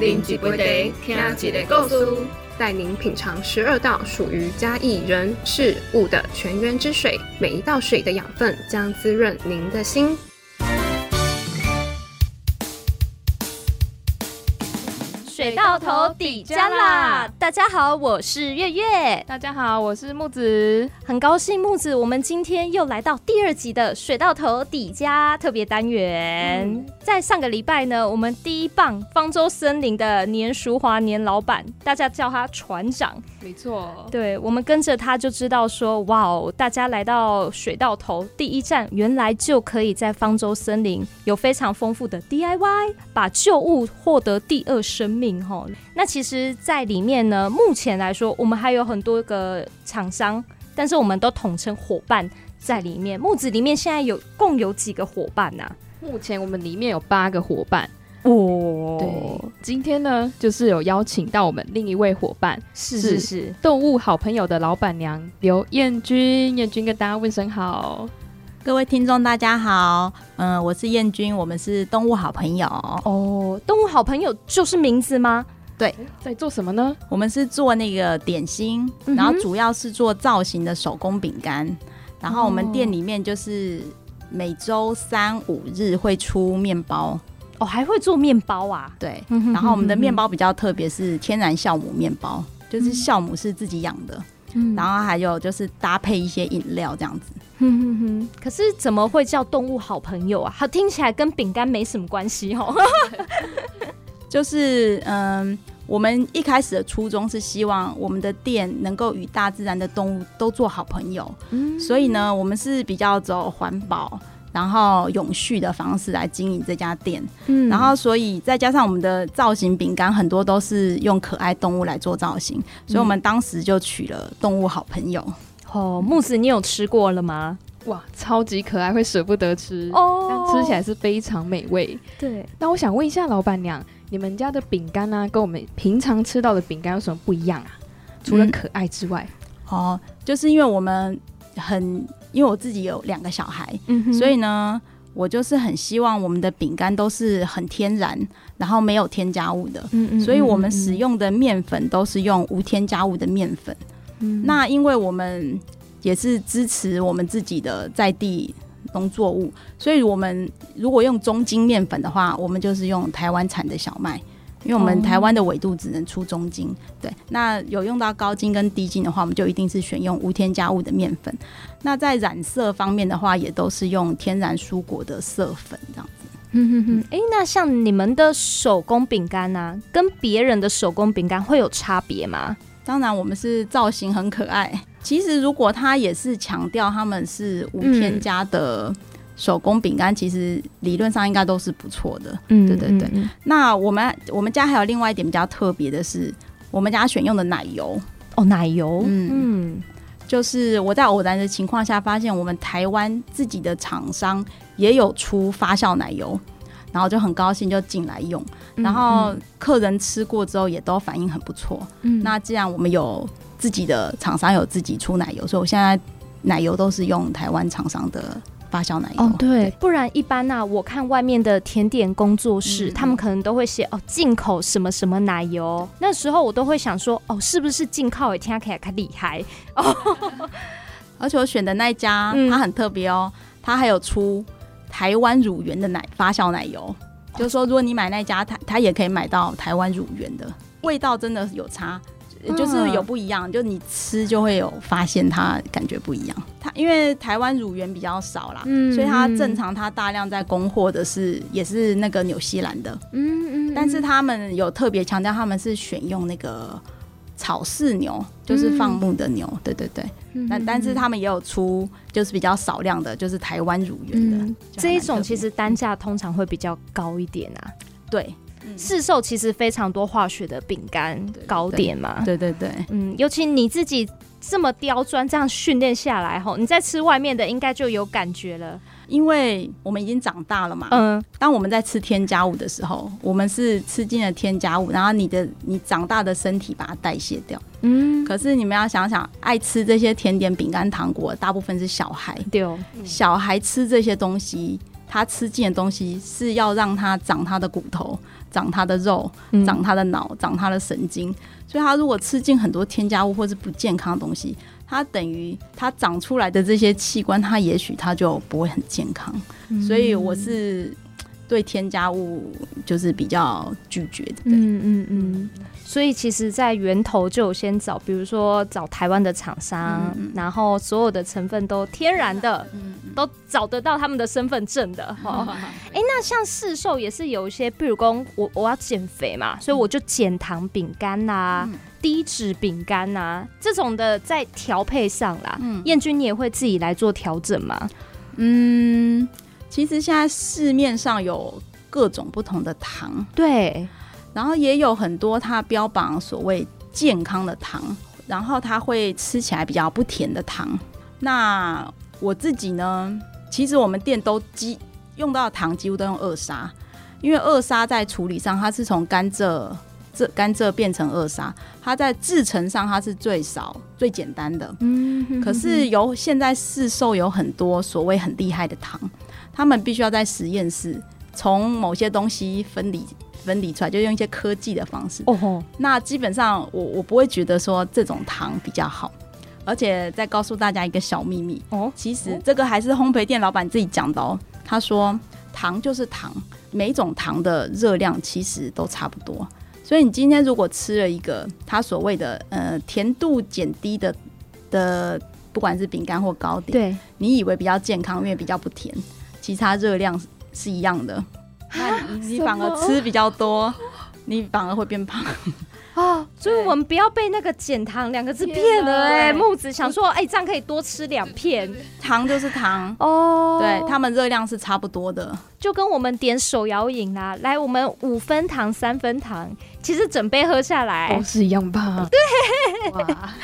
啉一杯茶，听一个故事，带您品尝十二道属于嘉义人事物的泉源之水，每一道水的养分将滋润您的心。水到头底家啦！大家好，我是月月，大家好，我是木子。很高兴木子，我们今天又来到第二集的水到头底家特别单元。在上个礼拜呢，我们第一棒方舟森林的年淑华年老板，大家叫他船长，没错，对我们跟着他就知道说，哇哦，大家来到水到头第一站，原来就可以在方舟森林有非常丰富的 DIY，把旧物获得第二生命哈。那其实，在里面呢，目前来说，我们还有很多个厂商，但是我们都统称伙伴在里面。木子里面现在有共有几个伙伴呐、目前我们里面有八个伙伴。哦对，今天呢，就是有邀请到我们另一位伙伴，是是是，动物好朋友的老板娘刘燕君。燕君跟大家问声好。各位听众，大家好，嗯，我是燕君，我们是动物好朋友，哦，动物好朋友就是名字吗？在做什么呢？我们是做那个点心，嗯哼然后主要是做造型的手工饼干，然后我哦们店里面就是每周三五日会出面包，哦，还会做面包啊。对，嗯哼然后我们的哼哼面包比较特别，是天然酵母面包，就是酵母是自己养的，嗯然后还有就是搭配一些饮料这样子。哼哼哼，嗯可是怎么会叫动物好朋友啊？它听起来跟饼干没什么关系哦。就是嗯，我们一开始的初衷是希望我们的店能够与大自然的动物都做好朋友，所以呢，我们是比较走环保。然后永续的方式来经营这家店，嗯然后所以再加上我们的造型饼干很多都是用可爱动物来做造型，所以我们当时就取了“动物好朋友 哦，木子，你有吃过了吗？哇，超级可爱，会舍不得吃，哦但吃起来是非常美味。对，那我想问一下老板娘，你们家的饼干呢、跟我们平常吃到的饼干有什么不一样啊？除了嗯可爱之外，”。哦，就是因为我们很，因为我自己有两个小孩，嗯哼所以呢，我就是很希望我们的饼干都是很天然，然后没有添加物的。嗯嗯所以我们嗯使用的面粉都是用无添加物的面粉。嗯那因为我们也是支持我们自己的在地农作物，所以我们如果用中筋面粉的话，我们就是用台湾产的小麦。因为我哦们台湾的纬度只能出中筋，对。那有用到高筋跟低筋的话，我们就一定是选用无添加物的面粉。那在染色方面的话，也都是用天然蔬果的色粉这样。嗯哼哼，哎，那像你们的手工饼干啊，跟别人的手工饼干会有差别吗？当然，我们是造型很可爱。其实，如果他也是强调他们是无添加的手工饼干，其实理论上应该都是不错的。嗯对对对，那我们我们家还有另外一点比较特别的是，我们家选用的奶油，哦，奶油，嗯嗯就是我在偶然的情况下发现，我们台湾自己的厂商也有出发酵奶油，然后就很高兴就进来用，嗯然后客人吃过之后也都反应很不错。嗯那既然我们有自己的厂商有自己出奶油，所以我现在奶油都是用台湾厂商的发酵奶油。哦，对，不然一般呐、我看外面的甜点工作室，嗯他们可能都会写哦进口什么什么奶油，那时候我都会想说哦，是不是进口也听起来很厉害？ 而且我选的那一家，嗯它很特别哦，它还有出台湾乳源的奶发酵奶油，就是说如果你买那一家，它它也可以买到台湾乳源的，味道真的有差。嗯就是有不一样，就你吃就会有发现它感觉不一样。它因为台湾乳源比较少啦，嗯所以它嗯正常它大量在供货的是也是那个纽西兰的，嗯嗯但是他们有特别强调，他们是选用那个草饲牛，就是放牧的牛。对对对，嗯那、但是他们也有出，就是比较少量的，就是台湾乳源的、嗯，就还蛮特别这一种其实单价通常会比较高一点啊，对市售其实非常多化学的饼干嗯对糕点嘛，对对对，嗯，尤其你自己这么刁钻，这样训练下来吼，你再吃外面的应该就有感觉了，因为我们已经长大了嘛。嗯，当我们在吃添加物的时候，我们是吃进了添加物，然后你的你长大的身体把它代谢掉。嗯，可是你们要想想，爱吃这些甜点、饼干、糖果，大部分是小孩。对哦，小孩吃这些东西，它吃进的东西是要让它长它的骨头、长它的肉、嗯长它的脑、长它的神经。所以它如果吃进很多添加物或是不健康的东西，它等于它长出来的这些器官，它也许它就不会很健康。嗯嗯所以我是对添加物就是比较拒绝的。对嗯嗯嗯，所以其实，在源头就有先找，比如说找台湾的厂商，嗯嗯嗯然后所有的成分都天然的，都找得到他们的身份证的。哦，哎、那像市售也是有一些，比如说我我要减肥嘛，所以我就减糖饼干啦、嗯低脂饼干啦这种的，在调配上啦，嗯燕君你也会自己来做调整吗？嗯，其实现在市面上有各种不同的糖，对，然后也有很多它标榜所谓健康的糖，然后它会吃起来比较不甜的糖。那我自己呢，其实我们店都几用到的糖几乎都用二砂，因为二砂在处理上它是从甘蔗这甘蔗变成二砂，它在制成上它是最少最简单的。嗯可是有现在市售有很多所谓很厉害的糖，他们必须要在实验室从某些东西分离分离出来，就用一些科技的方式。哦吼，那基本上我我不会觉得说这种糖比较好，而且再告诉大家一个小秘密，哦，其实这个还是烘焙店老板自己讲的哦。他说糖就是糖，每一种糖的热量其实都差不多。所以你今天如果吃了一个它所谓的呃甜度减低的的，不管是饼干或糕点，对，你以为比较健康，因为比较不甜，其实它热量是是一样的。啊那你你反而吃比较多，你反而会变胖。哦，所以对我们不要被那个减糖两个字骗骗了了哎、哎木子想说，哎、这样可以多吃两片糖就是糖，哦。对，它们热量是差不多的。就跟我们点手摇饮啦，来，我们五分糖、三分糖，其实整杯喝下来都，是一样吧？对，哇，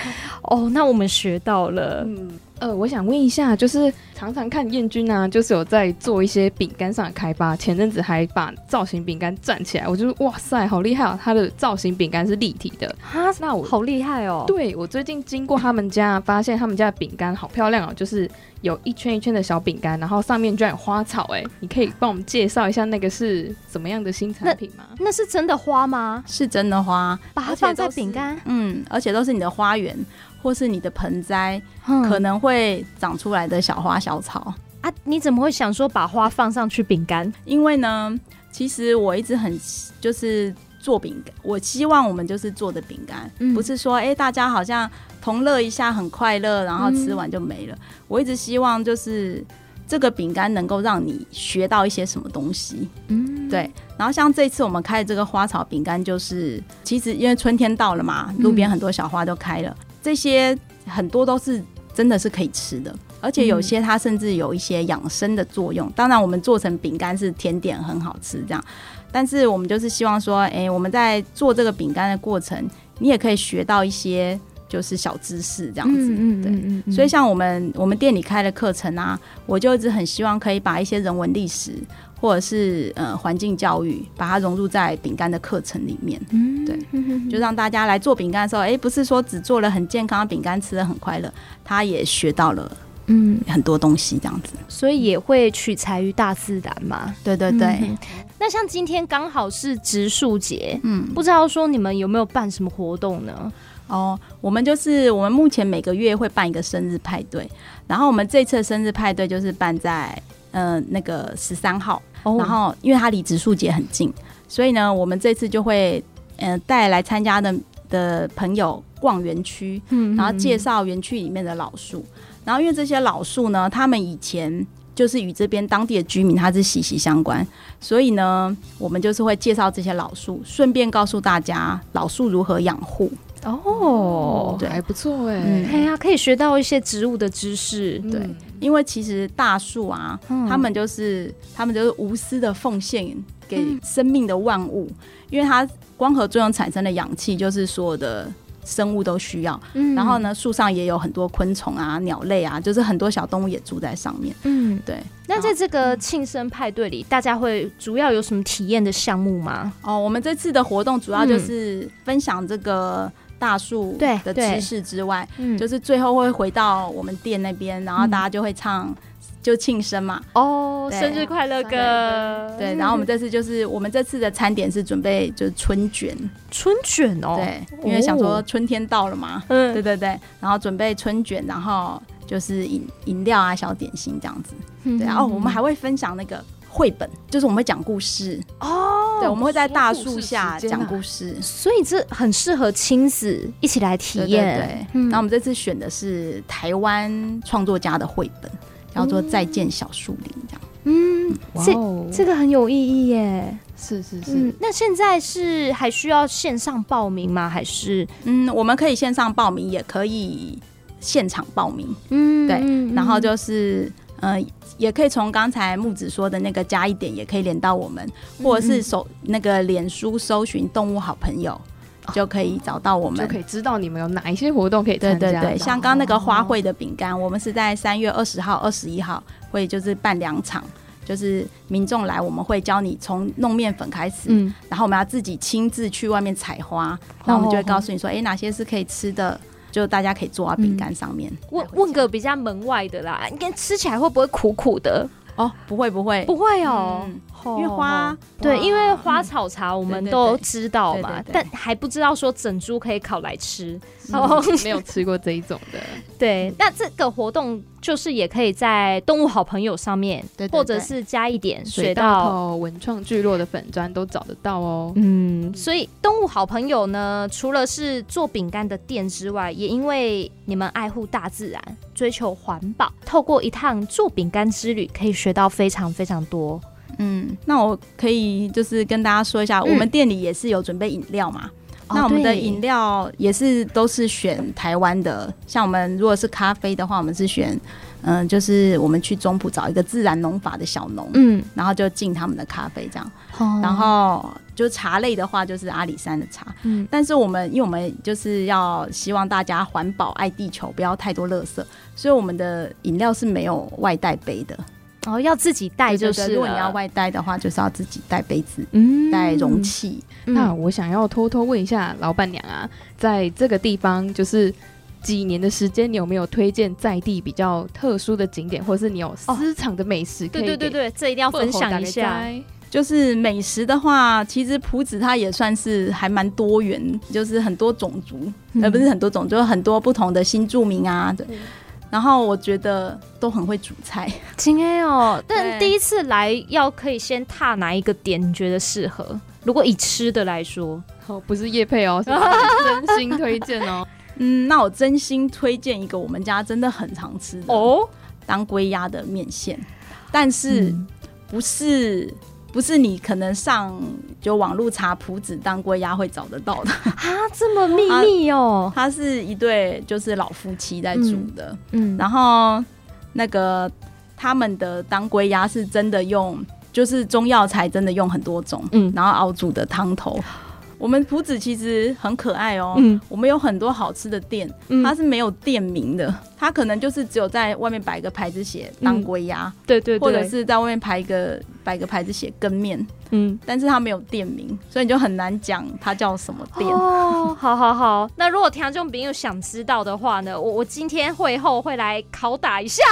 哦，那我们学到了。嗯，呃，我想问一下，就是常常看燕君啊，就是有在做一些饼干上的开发，前阵子还把造型饼干站起来，我就是哇塞，好厉害哦！它的造型饼干是立体的。啊，那我好厉害哦！对我最近经过他们家，发现他们家的饼干好漂亮哦，就是有一圈一圈的小饼干，然后上面居然有花草，哎，你可以帮我们介绍一下那个是怎么样的新产品吗？那是真的花吗？是真的花，把它而且放都在是饼干，嗯，而且都是你的花园或是你的盆栽可可能会长出来的小花小草。啊？你怎么会想说把花放上去饼干？因为呢，其实我一直很就是做饼干，我希望我们就是做的饼干，嗯不是说哎、诶大家好像同乐一下很快乐，然后吃完就没了。我一直希望就是这个饼干能够让你学到一些什么东西。嗯，对，然后像这次我们开的这个花草饼干，就是其实因为春天到了嘛，路边很多小花都开了，这些很多都是真的是可以吃的，而且嗯有些它甚至有一些养生的作用。当然，我们做成饼干是甜点很好吃这样，但是我们就是希望说，哎，我们在做这个饼干的过程，你也可以学到一些就是小知识这样子。嗯嗯对嗯嗯，所以像我们我们店里开的课程啊，我就一直很希望可以把一些人文历史或者是呃环境教育，把它融入在饼干的课程里面，嗯对，嗯就让大家来做饼干的时候，哎诶，不是说只做了很健康的饼干，吃的很快乐，他也学到了嗯，很多东西，这样子。所以也会取材于大自然嘛。对对对，嗯哼那像今天刚好是植树节，嗯不知道说你们有没有办什么活动呢？哦，我们就是我们目前每个月会办一个生日派对，然后我们这次的生日派对就是办在呃那个十三号。哦然后因为它离植树节很近，所以呢，我们这次就会嗯带来参加的的朋友逛园区，嗯然后介绍园区里面的老树。然后因为这些老树呢，他们以前就是与这边当地的居民它是息息相关，所以呢，我们就是会介绍这些老树，顺便告诉大家老树如何养护。哦，对还不错哎、嗯哎呀，可以学到一些植物的知识。嗯对因为其实大树啊，嗯他们就是他们就是无私的奉献嗯给生命的万物，因为它光合作用产生的氧气就是所有的生物都需要。嗯然后，呢，树上也有很多昆虫啊、鸟类啊，就是很多小动物也住在上面。嗯，对，那然后在这个庆生派对里，大家会主要有什么体验的项目吗？哦，我们这次的活动主要就是分享这个大树对的对知识之外，嗯就是最后会回到我们店那边，然后大家就会唱就庆生嘛，哦，对生日快乐歌，嗯对。然后我们这次就是我们这次的餐点是准备就是春卷，春卷哦，对，因为想说哦春天到了嘛，嗯对对对，然后准备春卷，然后就是饮饮料啊、小点心这样子，嗯对啊。哦，我们还会分享那个绘本，就是我们会讲故事，哦，对，我们会在大说故树事下时间啊讲故事。所以这很适合亲子一起来体对对验。对，嗯然后我们这次选的是台湾创作家的绘本，叫做《再见小树林》这样。嗯，哇这哦，这个很有意义耶。是是是，嗯，那现在是还需要线上报名吗？还是嗯，我们可以线上报名，也可以现场报名，嗯对嗯然后就是。呃，也可以从刚才木子说的那个加一点，也可以连到我们，或者是搜那个脸书搜寻“动物好朋友”，就可以找到我们就。可以知道你们有哪一些活动可以对参加。哦对对，像刚刚那个花卉，卉的饼干，我们是在三月二十号、二十一号会就是办两场，就是民众来，我们会教你从弄面粉开始，嗯，然后我们要自己亲自去外面采花，然后我们就会哦告诉你说，哎、哪些是可以吃的，就大家可以做到饼干上面。问问个比较门外的啦，应该吃起来会不会苦苦的？哦，不会不会，不会哦，嗯哦因为花对，因为嗯花草茶我们对对都对知道嘛，对对对但还不知道说整株可以烤来吃。嗯 哦， 没有吃过这一种的，对，那这个活动就是也可以在动物好朋友上面，对对对或者是加一点水水稻稻头文创聚落的粉砖都找得到哦。嗯，所以动物好朋友呢，除了是做饼干的店之外，也因为你们爱护大自然，追求环保，透过一趟做饼干之旅，可以学到非常非常多。嗯，那我可以就是跟大家说一下，我们店里也是有准备饮料嘛。那我们的嗯哦对饮料也是都是选台湾的，像我们如果是咖啡的话，我们是选，嗯、就是我们去中埔找一个自然农法的小农，嗯，哦然后就进他们的咖啡这样。然然后就茶类的话，就是阿里山的茶。嗯但是我们因为我们就是要希望大家环保、爱地球，不要太多垃圾，所以我们的饮料是没有外带杯的。哦，要自己带就对对是对如果你了要，外带的话，就是要自己带杯子、嗯带容器。嗯那我想要偷偷问一下老板娘啊，在这个地方就是几年的时间，你有没有推荐在地比较特殊的景点，或是你有私藏的美食可哦对以给对对对，这一定要分享一下。就是美食的话，其实埔子它也算是还蛮多元，就是很多种族，嗯呃，不是很多种，就是很多不同的新住民啊。对。然后我觉得都很会煮菜， 今天哦，但对第一次来要可以先踏哪一个点？你觉得适合？如果以吃的来说，哦，不是叶配哦，是真心推荐哦。嗯，那我真心推荐一个我们家真的很常吃的哦，哦，当归鸭的面线，但是嗯不是、不是你可能上就网络查谱子当归鸭会找得到的，啊，这么秘密哦，它是一对就是老夫妻在煮的，嗯，然后那个他们的当归鸭是真的用就是中药材真的用很多种，嗯然后熬煮的汤头。我们埔子其实很可爱哦，嗯我们有很多好吃的店，嗯它是没有店名的，它可能就是只有在外面摆个牌子写嗯当归鸭，对对对，或者是在外面排一个摆个牌子写羹面，嗯。但是它没有店名，所以你就很难讲它叫什么店。哦，好好 好，那如果听众朋友想知道的话呢，我我今天会后会来拷打一 下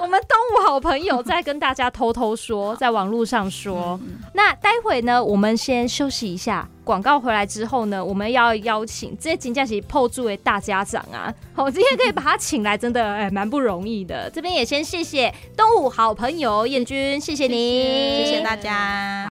我们东吴好朋友，再跟大家偷偷说，在网络上说。嗯那待会呢，我们先休息一下。广告回来之后呢，我们要邀请这些金假期破住为大家长啊， 好、今天可以把他请来，真的哎蛮、不容易的。这边也先谢谢东吴好朋友燕君，谢谢你，谢谢大家。